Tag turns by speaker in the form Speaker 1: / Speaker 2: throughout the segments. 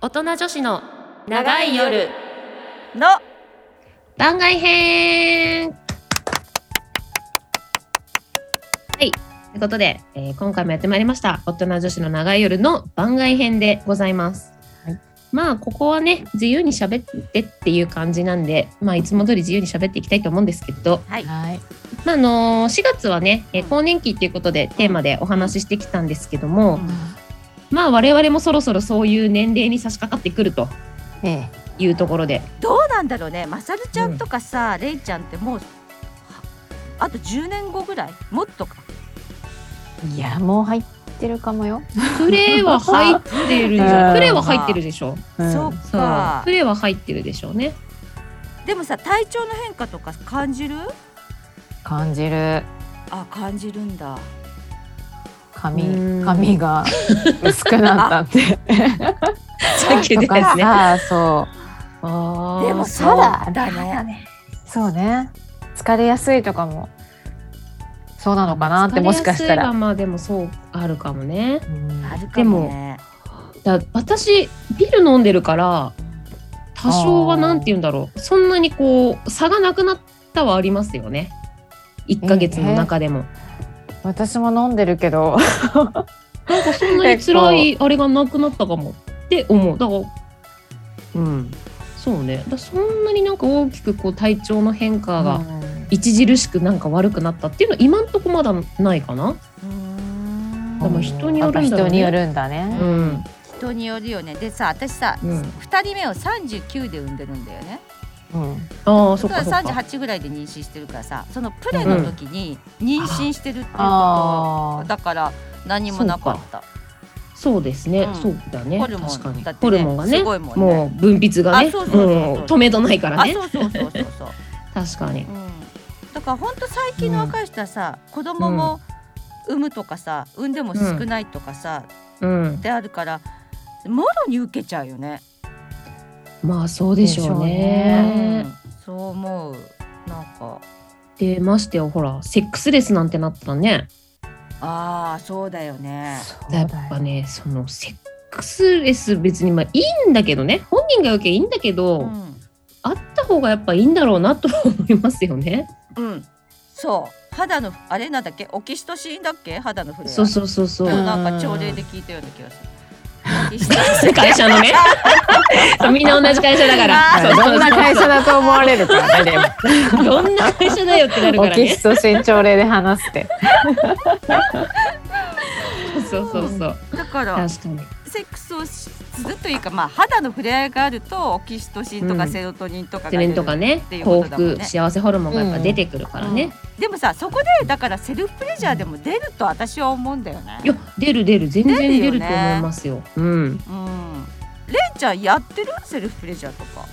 Speaker 1: 大人女子の長い夜
Speaker 2: の
Speaker 1: 番外編はいということで、えー今回もやってまいりました大人女子の長い夜の番外編でございます、
Speaker 2: はい
Speaker 1: まあここはね自由に喋ってっていう感じなんでまあいつも通り自由に喋っていきたいと思うんですけど
Speaker 2: はい
Speaker 3: はい。
Speaker 1: まああのー4月はね、えー更年期っていうことでテーマでお話ししてきたんですけども、まあ我々もそろそろそういう年齢に差し掛かってくると
Speaker 3: ええ。
Speaker 1: いうところで
Speaker 2: どうなんだろうねまさるちゃんとかさ、れいちゃんってもうはあと10年後ぐらいもっとか
Speaker 3: いや、もう入ってるかもよ。
Speaker 1: プレーは入ってるでしょ
Speaker 3: うん
Speaker 1: プレーは入ってるでしょ
Speaker 2: そうか
Speaker 1: プレーは入ってるでしょうね
Speaker 2: でもさ体調の変化とか感じる
Speaker 3: 感じる。
Speaker 2: あ感じるんだ
Speaker 1: うん
Speaker 3: 髪、髪が薄くなったって。
Speaker 1: さっき言ってたやつねあ
Speaker 3: さ、そう。
Speaker 1: あー
Speaker 2: でも
Speaker 3: そ
Speaker 2: そう
Speaker 3: だ
Speaker 2: だね
Speaker 3: そうね。疲れやすいとかも。そうなのかなって、もしかした
Speaker 1: 疲れやすいは
Speaker 3: ら。
Speaker 1: まあでもそうあるかもね
Speaker 3: うん
Speaker 2: あるかもね
Speaker 1: だ私ビル飲んでるから多少はなんて言うんだろうそんなにこう差がなくなったはありますよね1ヶ月の中でも、
Speaker 3: 私も飲んでるけど。
Speaker 1: なんかそんなに辛いあれがなくなったかもって思うだから
Speaker 3: うん。
Speaker 1: そうねだからそんなになんか大きくこう体調の変化が
Speaker 3: う
Speaker 1: 著しくなんか悪くなったっていうのは今んとこまだないかな。
Speaker 2: うーん
Speaker 1: でも
Speaker 3: ん
Speaker 1: 人によるんだろうね
Speaker 3: やっぱ人によるんだね。
Speaker 1: ん、
Speaker 2: 人によるよねでさ私さ、
Speaker 1: う
Speaker 2: 二
Speaker 1: ん
Speaker 2: 人目を39で産んでるんだよね
Speaker 3: うん。
Speaker 1: ああそ
Speaker 2: だ
Speaker 1: っ
Speaker 2: か
Speaker 1: からそっか。
Speaker 2: 38ぐらいで妊娠してるからさそのプレの時に妊娠してるっていうこ
Speaker 3: あ
Speaker 2: とだ
Speaker 3: あ。
Speaker 2: から何もなかった
Speaker 1: そうですね、
Speaker 2: うん
Speaker 1: そうだね
Speaker 2: ホルモン
Speaker 1: 確かに
Speaker 2: だっ
Speaker 1: ホ
Speaker 2: てね
Speaker 1: ルモンがね
Speaker 2: すごいもんね
Speaker 1: もう分泌がね
Speaker 2: あそうそうそうそう
Speaker 1: もう止めどないから
Speaker 2: あ
Speaker 1: ね
Speaker 2: そうそうそうそうそう
Speaker 1: 確かに
Speaker 2: うんだから本当最近の若い人はさ、子供も産むとかさ産んでも少ないとかさ、
Speaker 1: うん
Speaker 2: であるからもろに受けちゃうよね。
Speaker 1: まあそうでしょうね
Speaker 2: うんそう思うなんか
Speaker 1: でましてやほらセックスレスなんてなったらね
Speaker 2: ああそうだよね。
Speaker 3: そうだ
Speaker 1: や
Speaker 3: よ
Speaker 1: っぱ。ねそのセックスレス別にまあいいんだけどね本人が受けいいんだけど、
Speaker 2: うん、
Speaker 1: あった方がやっぱいいんだろうなと思いますよね。
Speaker 2: うん、そう肌のあれなんだっけオキシトシンだっけ肌の触れ合い
Speaker 1: そうそうそうそう。
Speaker 2: でも
Speaker 3: ん
Speaker 2: なんか朝礼で聞いたような気がす る。オキシトシン
Speaker 1: 会社のね。そうみんな同じ会社だから。
Speaker 3: はいどんな会社
Speaker 1: だ
Speaker 3: だと思われるからね。でも
Speaker 1: どんな会社だよってなるか
Speaker 3: オ
Speaker 1: ら
Speaker 3: キ
Speaker 1: ね
Speaker 3: シ。トシン朝礼で話すって。
Speaker 1: そうそうそう。
Speaker 2: だ から
Speaker 1: 確かに。
Speaker 2: セックスをするというか、まあ、肌の触れ合いがあるとオキシトシンと
Speaker 1: う
Speaker 2: か
Speaker 1: ん
Speaker 2: セロトニンとかが
Speaker 1: セ
Speaker 2: 出
Speaker 1: レ
Speaker 2: る
Speaker 1: ンとかね
Speaker 2: ってい、うこ
Speaker 1: 幸
Speaker 2: とだもんね
Speaker 1: 福、幸せホルモンがやっぱ出てくるからね。
Speaker 2: でもさそこでだからセルフプレジャーでも出ると私は思うんだよね
Speaker 1: い。や、出る出る、全然出
Speaker 2: 出
Speaker 1: る
Speaker 2: る
Speaker 1: と
Speaker 2: よね
Speaker 1: 思いますよ。うん。
Speaker 2: うん。レイちゃんやってるセルフプレジャーとか。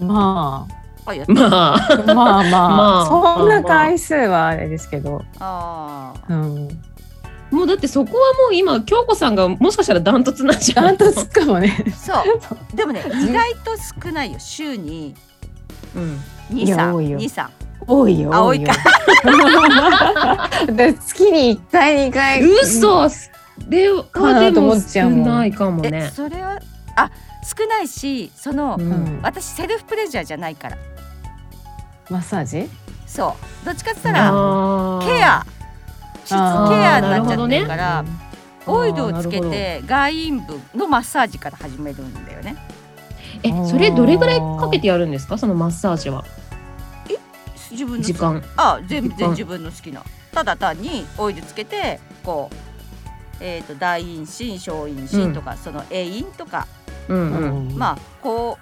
Speaker 3: ま
Speaker 2: あやってる。
Speaker 1: まあ、
Speaker 3: あまあまあ、
Speaker 1: まあ
Speaker 3: そんな回数はあれですけど、
Speaker 2: ああ。
Speaker 3: うん、
Speaker 1: もうだってそこはもう今、京子さんがもしかしたらダントツなんじゃ
Speaker 3: ダ
Speaker 1: な
Speaker 3: ン
Speaker 1: い
Speaker 3: トツかもね。
Speaker 2: そう。で もね意外と少ないよ週に
Speaker 1: うん。
Speaker 2: 二
Speaker 3: いや
Speaker 2: 三
Speaker 3: 多いよ
Speaker 2: 二三。
Speaker 3: 多いよ。
Speaker 2: あ
Speaker 3: 多いよ。で月に一回二回。
Speaker 1: 嘘で、
Speaker 3: か
Speaker 1: あ、で
Speaker 3: なと
Speaker 1: も
Speaker 3: 思っち
Speaker 1: 少
Speaker 3: ゃうもん
Speaker 1: ないかも
Speaker 2: え
Speaker 1: ね。
Speaker 2: それはあ少ないしその、
Speaker 1: う
Speaker 3: うんん。
Speaker 2: 私セルフプレジャーじゃないから。
Speaker 3: マッサージ？
Speaker 2: そう。どっちかって言ったら
Speaker 1: あー
Speaker 2: ケア。質ケアになっちゃってるか
Speaker 1: あーなるほど
Speaker 2: ら、
Speaker 1: ね
Speaker 2: オイルをつけ
Speaker 1: あーな
Speaker 2: て外陰部のマッサージから始めるんだよね。
Speaker 1: えそれどれぐらいかけてやるんですかそのマッサージは
Speaker 2: 自分の
Speaker 1: 時間
Speaker 2: あ全
Speaker 1: 一般
Speaker 2: 然自分の好きなただ単にオイルつけてこうえー、と大陰唇小陰唇とか、その栄陰とか、
Speaker 1: うんうん、
Speaker 2: まあこ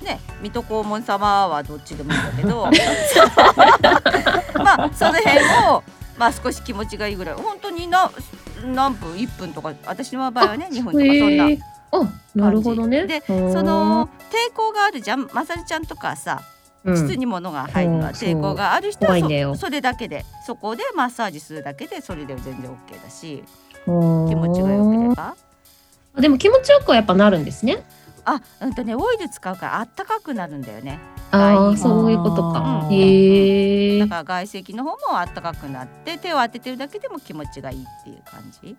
Speaker 2: うね水戸黄門様はどっちでもいいんだけど まあその辺をまあ少し気持ちがいいぐらい本当にな何分1分とか私の場合はね2分とかそんな
Speaker 1: へーあなるほどね
Speaker 2: で
Speaker 1: あー
Speaker 2: その抵抗があるじゃんまさるちゃんとかさ
Speaker 1: うん
Speaker 2: 膣に物が入るのは
Speaker 1: うん
Speaker 2: 抵抗がある
Speaker 1: そう
Speaker 2: 人
Speaker 1: 怖
Speaker 2: はい
Speaker 1: ん
Speaker 2: そ,、
Speaker 1: だよ
Speaker 2: れだけでそこでマッサージするだけでそれで全然 OK だし
Speaker 1: あー
Speaker 2: 気持ちが良ければ
Speaker 1: でも気持ちよくはやっぱなるんですね
Speaker 2: あうんとねオイル使うからあったかくなるんだよね
Speaker 1: あ
Speaker 2: は
Speaker 1: あ
Speaker 2: い
Speaker 1: そういうことか
Speaker 2: うん
Speaker 1: へえ
Speaker 2: だから外壁の方もあったかくなって手を当ててるだけでも気持ちがいいっていう感じ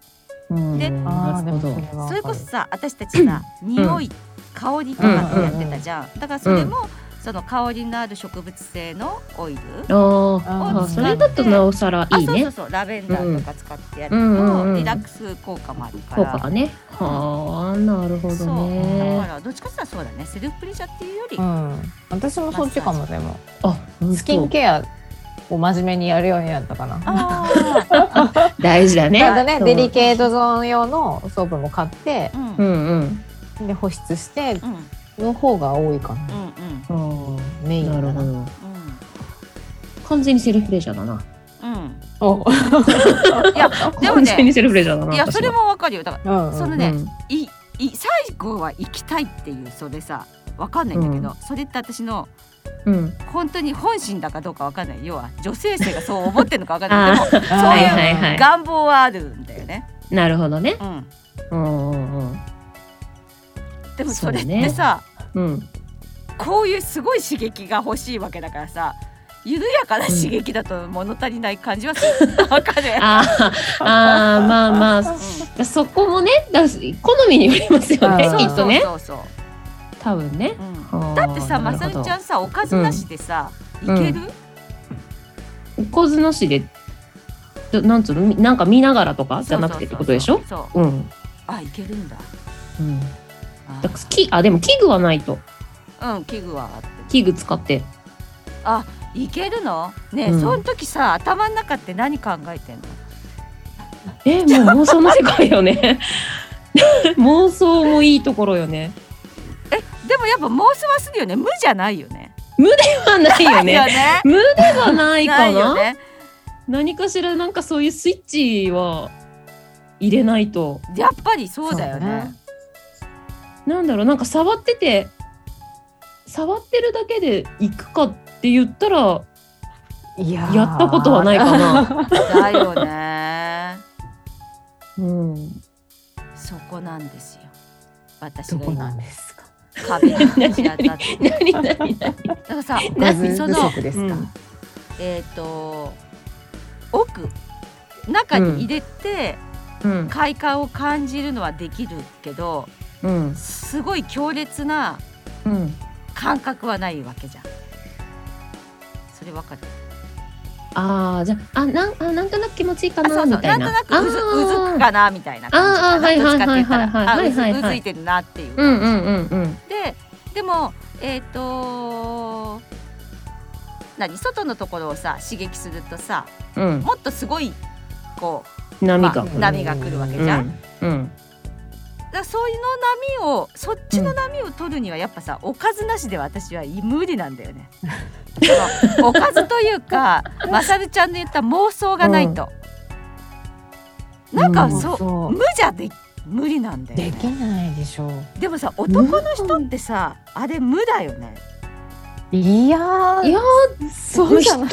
Speaker 1: うん
Speaker 2: で
Speaker 1: なるほど。
Speaker 2: それこそさ私たちさ匂い香りとかってやってたじゃんだからそれもその香りのある植物性のオイル
Speaker 1: あー
Speaker 3: あ
Speaker 1: あ
Speaker 3: ー
Speaker 1: ー、それだとなおさら
Speaker 2: あ
Speaker 1: いい
Speaker 2: そうそ
Speaker 1: ね
Speaker 2: う。そうラベンダーとか使ってやる
Speaker 1: うんうんうんう
Speaker 2: と
Speaker 1: ん
Speaker 2: リラックス効果もあるか
Speaker 1: 効
Speaker 2: ら
Speaker 1: 果がね。はあ、なるほ
Speaker 2: そう
Speaker 1: ど
Speaker 2: だか
Speaker 1: ね。
Speaker 2: らどっちかっていうとそうだねセルフプレジャーっていうより、
Speaker 3: うん、私もそっちかもでも
Speaker 1: あ、本当
Speaker 3: スキンケアを真面目にやるようになったかな。
Speaker 2: あ あ、
Speaker 1: 大事だ
Speaker 3: ちゃんと
Speaker 1: ね。
Speaker 3: ね
Speaker 1: そう
Speaker 3: デリケートゾーン用のソープも買って
Speaker 2: うん、う
Speaker 1: うんんうん。
Speaker 3: で保湿して
Speaker 2: うん
Speaker 3: の方が多いか
Speaker 2: う
Speaker 3: な、
Speaker 2: んうん
Speaker 1: あー
Speaker 3: メイン
Speaker 1: な
Speaker 3: か
Speaker 1: る
Speaker 3: な
Speaker 1: ほど。完全にセルフレジャーだな。
Speaker 2: うん
Speaker 3: お
Speaker 2: うんいやでも
Speaker 1: 完全
Speaker 2: ね
Speaker 1: にセルフレジャーだな。
Speaker 2: いや
Speaker 1: 私は
Speaker 2: それもわかるよだか
Speaker 3: うんう
Speaker 2: ら
Speaker 3: ん
Speaker 2: その
Speaker 1: う
Speaker 2: ね、
Speaker 1: ん
Speaker 2: いい最後は行きたいっていうそれさわかんないんだけど、
Speaker 1: う
Speaker 2: それって私の
Speaker 1: うん。
Speaker 2: 本当に本心だかどうかわかんない要は女性性がそう思ってるのかわかんな い
Speaker 1: あ
Speaker 2: でも
Speaker 1: あ、
Speaker 3: うん
Speaker 2: そういう
Speaker 1: はいはいはい
Speaker 2: 願望はあるんだよね。
Speaker 1: なるほどね。
Speaker 2: うん、
Speaker 1: うんうんうん。
Speaker 2: でもそれっ
Speaker 1: そうね
Speaker 2: てさ、
Speaker 1: うん。
Speaker 2: こういうすごい刺激が欲しいわけだからさ緩やかな刺激だと物足りない感じはす る。わかる
Speaker 1: あーあー、まあまあ、そこもね、だし好みによりますよね
Speaker 3: う、ん
Speaker 1: き
Speaker 2: そう
Speaker 1: っと
Speaker 2: そう
Speaker 1: ね。
Speaker 2: そうそう、
Speaker 1: 多分ね。
Speaker 2: う
Speaker 1: あー
Speaker 2: ん、だってさ
Speaker 1: な
Speaker 2: ま
Speaker 1: るほ
Speaker 2: さ
Speaker 1: ど
Speaker 2: みちゃんさおかずなしでさ、
Speaker 1: うん
Speaker 2: いける、
Speaker 1: おこずなしで、どなんつうの、みなんか見ながらとかじゃなくてってことでしょ
Speaker 2: そう
Speaker 1: うん。うん。
Speaker 2: あいけるんだあ
Speaker 1: だからきあ、でも器具はないと。
Speaker 2: うん器具はあって
Speaker 1: 器具使って。
Speaker 2: いけるのねえ、
Speaker 1: うん
Speaker 2: その時さ頭の中って何考えてんの
Speaker 1: え、もう妄想の世界よね。 妄想もいいところよね。
Speaker 2: でもやっぱ妄想はするよね無じゃないよね
Speaker 1: はないよ
Speaker 2: だよ
Speaker 1: ね。
Speaker 2: ね
Speaker 1: 無ではないか
Speaker 2: ないよ
Speaker 1: な。
Speaker 2: ね
Speaker 1: 何かしらなんかそういうスイッチは入れないと。
Speaker 2: やっぱりそうだよね
Speaker 1: なんだろうなんか触ってて触ってるだけで行くかって言ったら
Speaker 3: いやー
Speaker 1: やったことはないかな。
Speaker 2: だよね
Speaker 1: うん、
Speaker 2: そこなんですよ私
Speaker 3: ど
Speaker 2: が
Speaker 3: こな
Speaker 2: 今
Speaker 3: んですか
Speaker 2: 壁にぶち当たって
Speaker 1: 何何何
Speaker 2: だからさ
Speaker 3: おかず
Speaker 2: そ
Speaker 3: 不
Speaker 2: の
Speaker 3: 足です
Speaker 1: う
Speaker 3: か、
Speaker 1: ん
Speaker 2: えっ、と奥中に入れて
Speaker 1: うん
Speaker 2: 快感を感じるのはできるけど
Speaker 1: うん
Speaker 2: すごい強烈な
Speaker 1: うん
Speaker 2: 感覚はないわけじゃん。それわかる。
Speaker 1: ああじゃああなんあなんとなく気持ちいいか
Speaker 2: あ、そ
Speaker 1: な
Speaker 2: うそ
Speaker 1: み
Speaker 2: う、
Speaker 1: た
Speaker 2: ないんと
Speaker 1: な。
Speaker 2: なくうず、
Speaker 1: あ
Speaker 2: うず
Speaker 1: ー
Speaker 2: くかなみたいな感じかな。
Speaker 1: あーはいはいはいはいはい
Speaker 2: どっちかって
Speaker 1: はいはいはい
Speaker 2: 言ったらあうずうずいてるなっていう。
Speaker 1: うんうんうんうん
Speaker 2: で、でも、えっ、と何、外のところをさ、刺激するとさ、
Speaker 1: うん
Speaker 2: もっとすごい。こ
Speaker 1: 波が
Speaker 2: う、
Speaker 1: 来る。
Speaker 2: 波が来るわけじゃん。
Speaker 1: うん
Speaker 2: だからそういうの波をそっちの波を取るにはやっぱさ、おかずなしでは私は無理なんだよね。 そのおかずというかまさるちゃんの言った妄想がないと、なんか
Speaker 1: うん
Speaker 2: そう、
Speaker 3: そ
Speaker 2: 無じゃで無理なんだよ、
Speaker 3: で
Speaker 2: ね
Speaker 3: き、ないでしょ
Speaker 2: でもさ男の人ってさ、あれ無だよね。
Speaker 3: ういやー
Speaker 1: いや
Speaker 3: そ
Speaker 1: 人ま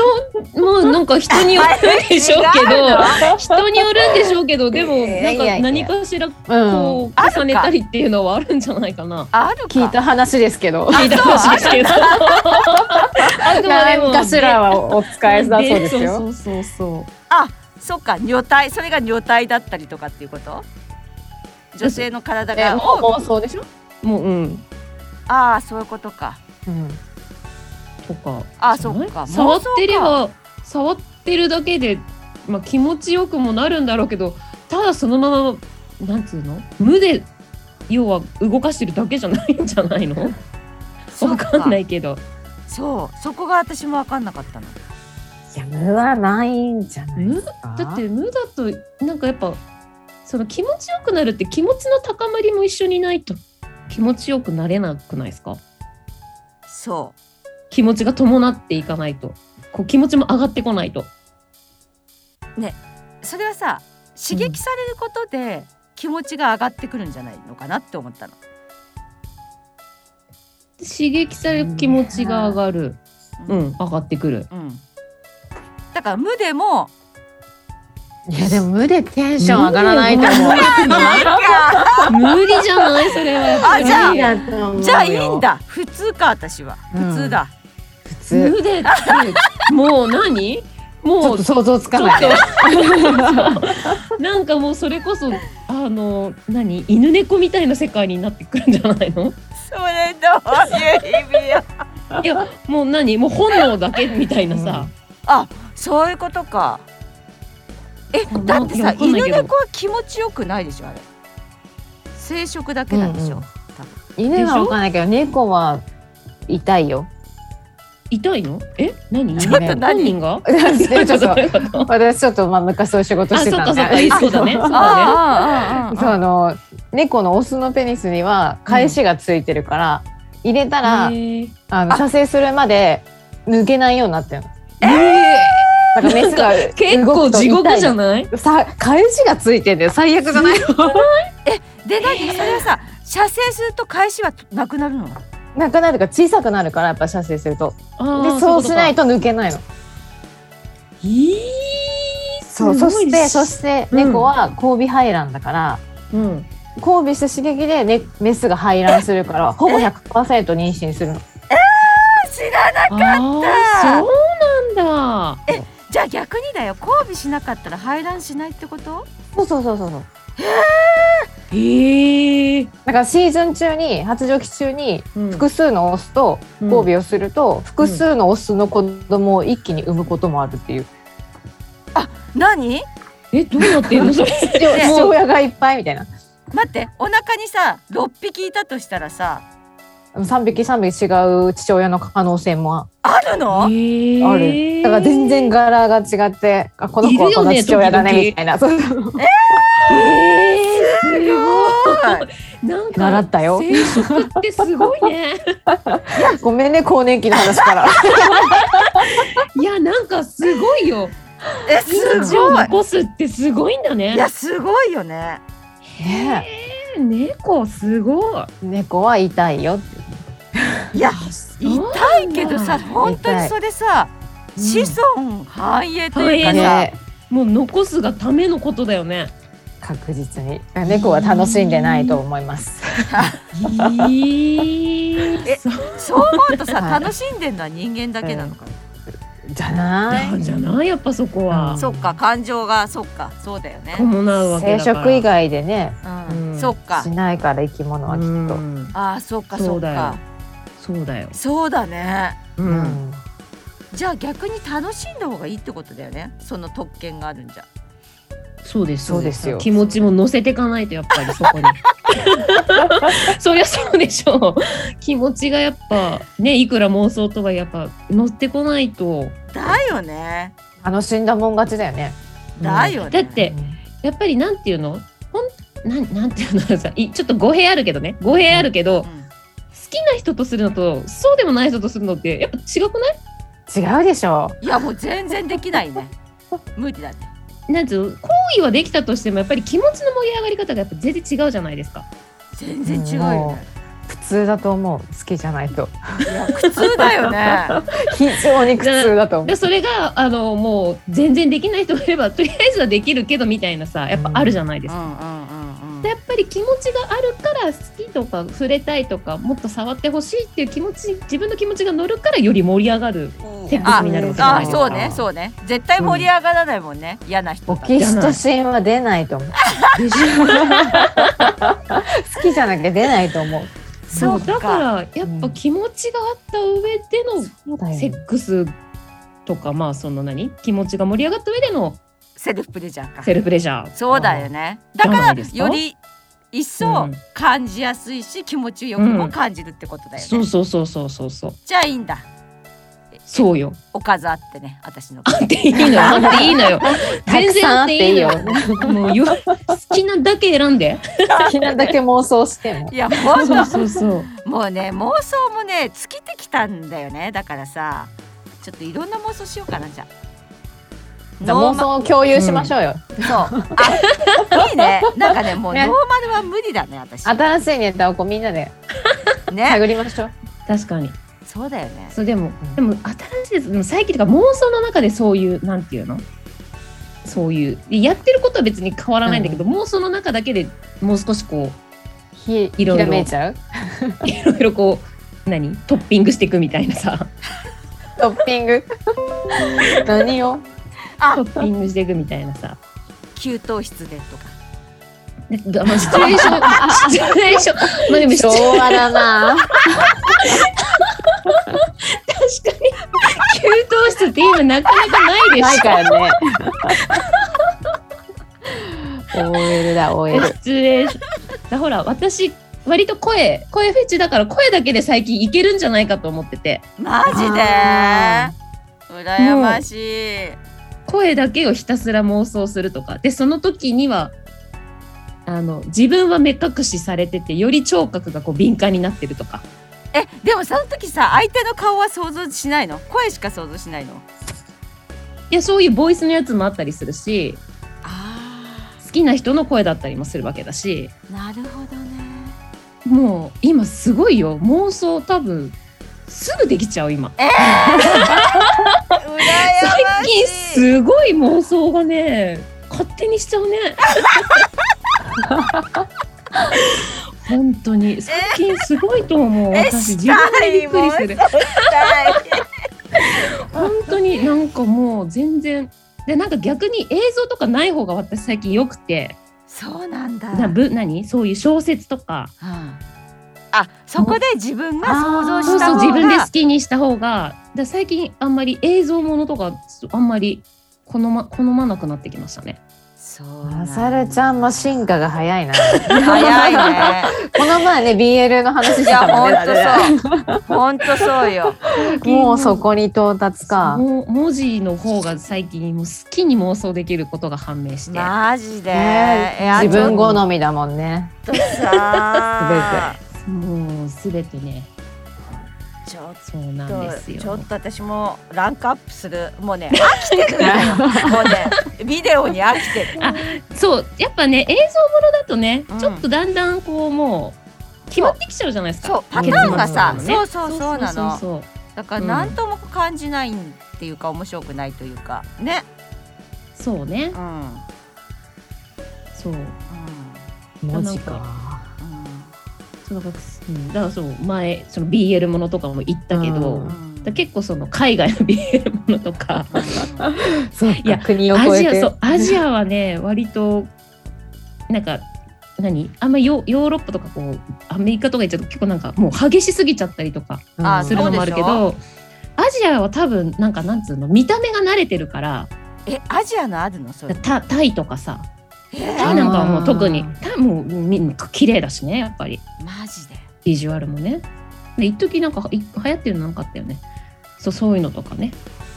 Speaker 1: あなんか人によるんでしょうけ
Speaker 2: 違うの
Speaker 1: ど人によるんでしょうけどでも
Speaker 3: いや
Speaker 1: ないん
Speaker 3: やいや
Speaker 1: か何かしら
Speaker 3: うん
Speaker 1: こう重ねたりっていうのはあるんじゃないかな。
Speaker 2: あるか
Speaker 3: 聞いた話ですけど
Speaker 2: あ
Speaker 1: 聞いた話ですけど。あくまで
Speaker 3: 何
Speaker 1: も
Speaker 3: かしらはお使いだそうですよ
Speaker 1: そうそうそうそ
Speaker 2: そっか女体それが女体だったりとかっていうこと女性の体
Speaker 3: え
Speaker 2: が
Speaker 3: もう妄想でしょ、
Speaker 1: う。もううん
Speaker 2: ああそういうことか。
Speaker 3: うん、
Speaker 1: とか。
Speaker 2: あそっか
Speaker 1: 触
Speaker 2: 妄想
Speaker 1: っ
Speaker 2: か
Speaker 1: てれば触ってるだけでまあ気持ちよくもなるんだろうけど、ただそのままなんつうの無で要は動かしてるだけじゃないんじゃないの？
Speaker 2: そ
Speaker 1: わ
Speaker 2: う
Speaker 1: かんないけど。
Speaker 2: そうそこが私も分かんなかったの
Speaker 3: いや無はないんじゃないですか
Speaker 1: だって無だとなんかやっぱその気持ちよくなるって気持ちの高まりも一緒にないと気持ちよくなれなくないですか
Speaker 2: そ
Speaker 1: 気持ちが伴っていかないとこう気持ちも上がってこないと
Speaker 2: うそれはさ刺激されることで気持ちが上がってくるんじゃないのかなって思ったの
Speaker 1: 刺激される気持ちが上がるう
Speaker 2: う、
Speaker 1: んん上がってくる
Speaker 2: うんだから無でも
Speaker 3: いやでも無でテンション上がらないと思う
Speaker 1: 無理じゃないそれはやっぱり
Speaker 2: あじゃあ
Speaker 3: 無理だと思うよ
Speaker 2: じゃあいいんだ普通か私は
Speaker 3: うん
Speaker 2: 普通だ、
Speaker 3: 普通
Speaker 1: 無でってもう何
Speaker 3: ちょ
Speaker 1: も
Speaker 3: っ
Speaker 1: う
Speaker 3: と想像つかない
Speaker 1: ちょっとなんかもうそれこそあの何犬猫みたいな世界になってくるんじゃないの
Speaker 2: それどういう意味よ
Speaker 1: いやもう何もう本能だけみたいなさ、
Speaker 2: あそういうことかえ
Speaker 1: あ
Speaker 2: だって
Speaker 1: な
Speaker 2: さ
Speaker 1: いやわかんない
Speaker 2: 犬
Speaker 1: けど
Speaker 2: 猫は気持ちよくないでしょあれ生殖だけなんでしょ、
Speaker 3: うんうん犬はわかんないけど猫は痛 いよ。
Speaker 1: 痛いのえ何
Speaker 3: ちょっと
Speaker 1: 本
Speaker 2: 何
Speaker 1: 人が
Speaker 3: ちょ っと
Speaker 1: どういうこと
Speaker 3: 私ちょっとまあ昔そういう仕事
Speaker 1: あ
Speaker 3: して
Speaker 1: そったかそ
Speaker 3: ん
Speaker 1: っ
Speaker 3: で。
Speaker 1: かそうだねそうだね
Speaker 2: あああああ
Speaker 3: そうあの猫のオスのペニスには返しがついてるから、入れたら、
Speaker 1: へー
Speaker 3: あ
Speaker 2: あ
Speaker 3: の射精するまで抜けないようになってるの。
Speaker 1: えー
Speaker 3: だからメスが動くと痛い
Speaker 1: 結構地獄じゃ
Speaker 3: ん。
Speaker 1: ない
Speaker 3: さ返しがついてんだよ最悪じ ゃない
Speaker 2: で何それはさ射精すると返しはなくなるの
Speaker 3: なくなるから小さくなるからやっぱ射精するとでそうしない
Speaker 1: と
Speaker 3: と抜けないの
Speaker 1: い
Speaker 3: そうそしてそして
Speaker 1: うん
Speaker 3: 猫は交尾排卵だから、
Speaker 1: うん
Speaker 3: 交尾した刺激で、ね、メスが排卵する からほぼ100%妊娠するの
Speaker 2: 知らない
Speaker 1: あーそうなんだ
Speaker 2: じゃあ逆にだよ交尾しなかったら排卵しないってこと
Speaker 3: そうそうそうそうそう
Speaker 1: へえ
Speaker 3: だからシーズン中に発情期中に複数のオスと交尾をすると、複数のオスの子供を一気に産むこともあるっていう
Speaker 2: 何
Speaker 1: えどうなって んのそれ
Speaker 3: 父
Speaker 2: ね
Speaker 3: 父親がいっぱいみたいな
Speaker 2: 待ってお腹にさ6匹いたとしたらさ
Speaker 3: 3匹3匹違う父親の可能性もあ
Speaker 2: あるの
Speaker 1: へー
Speaker 3: あるだから全然柄が違ってあこの子はこの
Speaker 1: いるよね
Speaker 3: 父親だね
Speaker 1: 時々
Speaker 3: みたいなそうそう
Speaker 1: えーす
Speaker 2: は
Speaker 1: ご
Speaker 2: い
Speaker 1: いなんか
Speaker 3: 習ったよ
Speaker 1: 生殖ってすごいね
Speaker 3: ごめんね更年期の話 から
Speaker 1: いやなんかすごいよ
Speaker 2: え
Speaker 1: 印
Speaker 2: す
Speaker 1: 象を
Speaker 2: ごい
Speaker 1: 残すってすごいんだ
Speaker 2: い
Speaker 1: ね
Speaker 2: やすごいよね
Speaker 3: ね
Speaker 1: え猫すごい
Speaker 3: 猫は痛いよ
Speaker 2: いや
Speaker 1: そう
Speaker 2: 痛いけどさ本当にそれさ
Speaker 1: うん
Speaker 2: 子孫繁栄というか
Speaker 1: ね
Speaker 2: さ
Speaker 3: ね
Speaker 1: もう残すがためのことだよね
Speaker 3: 確実に猫は楽しんでないと思います
Speaker 1: え
Speaker 2: えそう思うとさ
Speaker 3: はい
Speaker 2: 楽しんでるのは人間だけなのか
Speaker 3: じゃない
Speaker 1: なんじゃないやっぱそこは
Speaker 3: ん
Speaker 2: そっか感情がそっかそうだよね
Speaker 1: 伴うわ
Speaker 3: 生
Speaker 1: けだから
Speaker 3: 殖以外でね、
Speaker 2: う
Speaker 3: うん
Speaker 2: んそっか
Speaker 3: しないから生き物はきっ
Speaker 1: う
Speaker 3: と、
Speaker 1: ん
Speaker 2: ああそっか
Speaker 1: そ
Speaker 2: そっ
Speaker 1: うだよ
Speaker 2: か
Speaker 1: そうだよ
Speaker 2: そうだね
Speaker 1: う
Speaker 3: うんん
Speaker 2: じゃあ逆に楽しんだ方がいいってことだよねその特権があるんじゃ
Speaker 1: そうです
Speaker 3: そうですよ
Speaker 1: 気持ちも乗せていかないとやっぱりそ こにそりゃそうでしょう気持ちがやっぱねいくら妄想とかやっぱ乗ってこないと
Speaker 2: だよね
Speaker 3: 楽しんだもん勝ちだよね
Speaker 2: だよね
Speaker 1: だってやっぱりなんていうのほんなんなんていうのさいちょっと語弊あるけどね語弊あるけど、
Speaker 2: う
Speaker 1: 好
Speaker 2: ん
Speaker 1: きな人とするのとそうでもない人とするのってやっぱ違くない
Speaker 3: 違うでしょ
Speaker 2: いやもう全然できな いね無理だね
Speaker 1: なんていうの行為はできたとしてもやっぱり気持ちの盛り上がり方がやっぱ全然違うじゃないですか。
Speaker 2: 全然違う
Speaker 3: うん
Speaker 2: よ
Speaker 3: も
Speaker 2: ね
Speaker 3: 普通だと思う好きじゃないと
Speaker 2: いや苦痛だ よね
Speaker 3: 非常に苦痛だと思う
Speaker 1: でそれがあのもう全然できない人がいればとりあえずはできるけどみたいなさやっぱあるじゃないですか。
Speaker 2: うんうんうんうん
Speaker 1: でやっぱり気持ちがあるから好きとか触れたいとかもっと触ってほしいっていう気持ち自分の気持ちが乗るからより盛り上がるテクニッ
Speaker 2: あ
Speaker 1: クになるわけじゃな
Speaker 2: あ
Speaker 1: いですか。
Speaker 2: そうねそうね絶対盛り上がらないもんね、嫌な人
Speaker 3: オ
Speaker 2: が
Speaker 3: キシトシンは出ないと思う
Speaker 1: でしょ
Speaker 3: 好きじゃなきゃ出ないと思う
Speaker 1: そうだからや
Speaker 3: う
Speaker 1: っ
Speaker 3: ん
Speaker 1: ぱ気持ちがあった上で
Speaker 3: そうだ
Speaker 1: の
Speaker 3: よ
Speaker 1: セックスとかまあその何気持ちが盛り上がった上での
Speaker 2: セルフプレジャーか
Speaker 1: セルフレジャー
Speaker 2: そうだよね
Speaker 1: じ
Speaker 2: だ
Speaker 1: ゃ
Speaker 2: か
Speaker 1: ない
Speaker 2: ら
Speaker 1: ですか
Speaker 2: より一層
Speaker 1: うん
Speaker 2: 感じやすいし気持ちよくも感じるってことだよね、
Speaker 1: そうそうそうそうそうそう
Speaker 2: じゃあいいんだ
Speaker 1: そうよ
Speaker 2: おかずあってね私の
Speaker 1: あんていいのよあんていいのよ
Speaker 3: たくさんあっていいよ
Speaker 1: 全然あっていいのよもうよ好きなだけ選んで
Speaker 3: 好きなだけ妄想しても
Speaker 2: いやほん
Speaker 1: そう
Speaker 2: と
Speaker 1: そうそう
Speaker 2: もうね妄想もね尽きてきたんだよねだからさちょっといろんな妄想しようかなじゃあ
Speaker 3: じゃあ妄想を共有しましょうよ、
Speaker 2: そう。あ、いいね。なんかね、もうノー
Speaker 3: ね
Speaker 2: マルは無理だね、私。
Speaker 3: 新しいネタをこうみんなで
Speaker 2: ね。
Speaker 3: 探りましょう
Speaker 1: 確かに
Speaker 2: そうだよね。
Speaker 1: そうでも
Speaker 3: ん
Speaker 1: でも新しいですでも最近とか妄想の中でそういうなんていうのそういうでやってることは別に変わらないんだけど、妄想の中だけでもう少しこう
Speaker 3: ひ
Speaker 1: い
Speaker 3: ひ
Speaker 1: ろいろ
Speaker 3: らめいちゃう
Speaker 1: いろいろこう何トッピングしていくみたいなさ
Speaker 3: トッピング何を
Speaker 1: ト
Speaker 2: あ、
Speaker 1: ッピングしていくみたいなさ
Speaker 2: 給湯室でとか。
Speaker 1: でだまあシチュエーションシチュエーションまあでもシチュ
Speaker 3: 昭和だな。
Speaker 1: 確かに給湯室って今なかなかないでしょ
Speaker 3: ないからね。OL だ OL。
Speaker 1: 失礼しだほら私割と声声フェチだから声だけで最近いけるんじゃないかと思ってて
Speaker 2: マジで
Speaker 3: あ
Speaker 2: 羨ましい、
Speaker 1: 声だけをひたすら妄想するとかでその時にはあの自分は目隠しされててより聴覚がこう敏感になってるとか
Speaker 2: えでもその時さ相手の顔は想像しないの声しか想像しないの
Speaker 1: いやそういうボイスのやつもあったりするし
Speaker 2: あ
Speaker 1: 好きな人の声だったりもするわけだし
Speaker 2: ーなるほどね
Speaker 1: もう今すごいよ妄想多分すぐできちゃう今
Speaker 2: 羨ま
Speaker 1: 最
Speaker 2: しい
Speaker 1: 近すごい妄想がね勝手にしちゃうね本当に最近すごいと思う
Speaker 2: え
Speaker 1: 私自分でびっくりする
Speaker 2: したい
Speaker 1: 本当になんかもう全然でなんか逆に映像とかない方が私最近よくて
Speaker 2: そうなんだ
Speaker 1: なぶ何そういう小説とか
Speaker 2: うんあそこで自分が想像
Speaker 1: そうそ
Speaker 2: した
Speaker 1: う
Speaker 2: 方が
Speaker 1: 自分で好きにした方がだから最近あんまり映像ものとかあんまり好ま好まなくなってきましたね。
Speaker 2: そう
Speaker 3: マサルちゃんも進化が早いな。
Speaker 2: 早いね
Speaker 3: この前ね BL の話
Speaker 2: い
Speaker 3: してた
Speaker 2: や
Speaker 3: もんね。
Speaker 2: 本当そう本当そうよ
Speaker 3: もうそこに到達か。
Speaker 1: もう文字の方が最近もう好きに妄想できることが判明して、
Speaker 2: マジで、
Speaker 3: ね
Speaker 2: いや
Speaker 3: 自分好みだもんね。
Speaker 2: ちょっとさ
Speaker 1: もうすべてね
Speaker 2: ちょっと
Speaker 1: そうなんですよ
Speaker 2: ちょっと私もランクアップするもうね飽きてるのよもうねビデオに飽きてる
Speaker 1: そうやっぱね映像ものだとね、
Speaker 2: うん
Speaker 1: ちょっとだんだんこうもう決まってきちゃうじゃないですか
Speaker 2: そうパターンがさ、
Speaker 1: 結末とかもね
Speaker 2: そうそうそうな
Speaker 1: そう
Speaker 2: の
Speaker 1: そうそう
Speaker 2: だから何とも感じないっていうか面白くないというかね
Speaker 1: そうそうね
Speaker 2: うん、うん
Speaker 1: そう
Speaker 3: 文字
Speaker 1: なん
Speaker 3: か。
Speaker 1: そうだから,、うん、だからそう前その BL ものとかも言ったけど、
Speaker 3: うん
Speaker 2: う
Speaker 1: だか
Speaker 2: ん
Speaker 1: ら結構その海外の BL ものとか
Speaker 3: そう
Speaker 1: いや
Speaker 3: か国を
Speaker 1: ア
Speaker 3: 超え
Speaker 1: ジア
Speaker 3: て
Speaker 1: そ。うアジアはね割となんか何あんまヨヨーロッパとかこうアメリカとか行っちゃうと結構なんかもう激しすぎちゃったりとか
Speaker 3: うん
Speaker 2: あ
Speaker 1: するのもあるけどアジアは多分なんかなんつうの見た目が慣れてるから
Speaker 2: えアジアのあるのそれ
Speaker 1: タタイとかさ
Speaker 2: え
Speaker 1: タイなんかはもう特に
Speaker 3: あー
Speaker 1: タイもみんな綺麗だしねやっぱり
Speaker 2: マジで
Speaker 1: ビジュアルもねで一時なんかい流行ってるのなんかあったよねそうそういうのとかね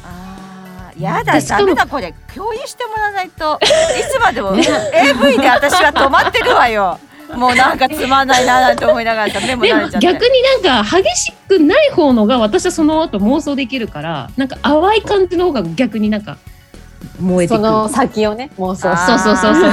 Speaker 2: あーやだ
Speaker 1: でしか
Speaker 2: ダ
Speaker 1: も
Speaker 2: メだこれ共有してもらわない といつまでも AV で私は止まってるわよもうなんかつまんないななんて思いながら目も
Speaker 1: で
Speaker 2: 慣
Speaker 1: も
Speaker 2: れちゃって
Speaker 1: 逆になんか激しくない方のが私はその後妄想できるからなんか淡い感じの方が逆になんか燃えて
Speaker 3: そ
Speaker 1: くる
Speaker 3: の先をね妄想
Speaker 2: あー
Speaker 1: そうそうそうそうそう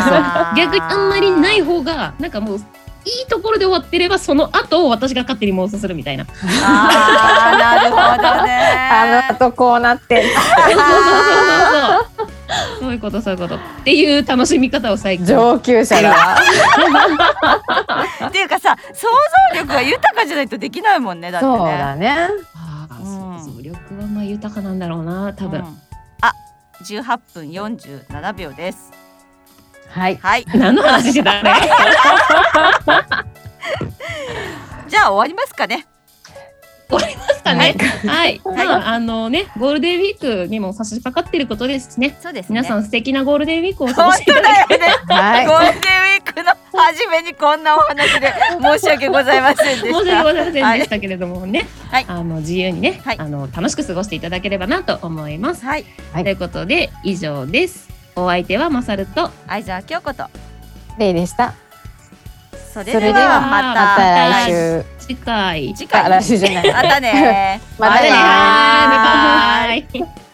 Speaker 1: 逆にあんまりない方がなんかもういいところで終わってればその後を私が勝手に妄想するみたいな
Speaker 2: あーなるほど ね
Speaker 3: あの後こうなって
Speaker 1: そうそうそうそうそう。そういうことそういうことっていう楽しみ方を最近。
Speaker 3: 上級者だわ。
Speaker 2: っていうかさ想像力が豊かじゃないとできないもんねだってね
Speaker 3: そうだね。
Speaker 1: ああ、
Speaker 2: うん
Speaker 1: そうそう力はまあ豊かなんだろうな多分
Speaker 2: う。んあ18分47秒です
Speaker 3: はい。
Speaker 2: はい
Speaker 1: 何の話してたね。
Speaker 2: じゃあ終わりますかね
Speaker 1: ですかね。はい。
Speaker 2: い
Speaker 1: まああのねゴールデンウィークにも差し掛かってることですしね。
Speaker 2: そうですね
Speaker 1: 皆さん素敵なゴールデンウィークをお過ご
Speaker 2: 本
Speaker 1: しい
Speaker 2: 当
Speaker 1: ただき
Speaker 2: だよね
Speaker 3: はい。
Speaker 2: ゴールデンウィークの初めにこんなお話で申し訳ございません
Speaker 1: 申し
Speaker 2: でし
Speaker 1: 訳
Speaker 2: た。
Speaker 1: ございませんでしたけれどもね、
Speaker 2: はい
Speaker 1: あの自由にね、
Speaker 2: はい
Speaker 1: あの楽しく過ごしていただければなと思います。
Speaker 2: はい、
Speaker 3: はい
Speaker 1: ということで以上です。お相手はまさると
Speaker 2: 相沢京子と。
Speaker 3: レイでした。
Speaker 2: それ
Speaker 3: そ
Speaker 2: で
Speaker 3: れで
Speaker 2: は
Speaker 3: は
Speaker 2: ま
Speaker 3: ま
Speaker 2: た
Speaker 3: た来
Speaker 2: 来
Speaker 3: 週。
Speaker 1: 次回。
Speaker 2: 次
Speaker 3: あ
Speaker 2: 回。
Speaker 3: 来週じゃない。
Speaker 2: またね。
Speaker 3: またね
Speaker 1: バイバイ。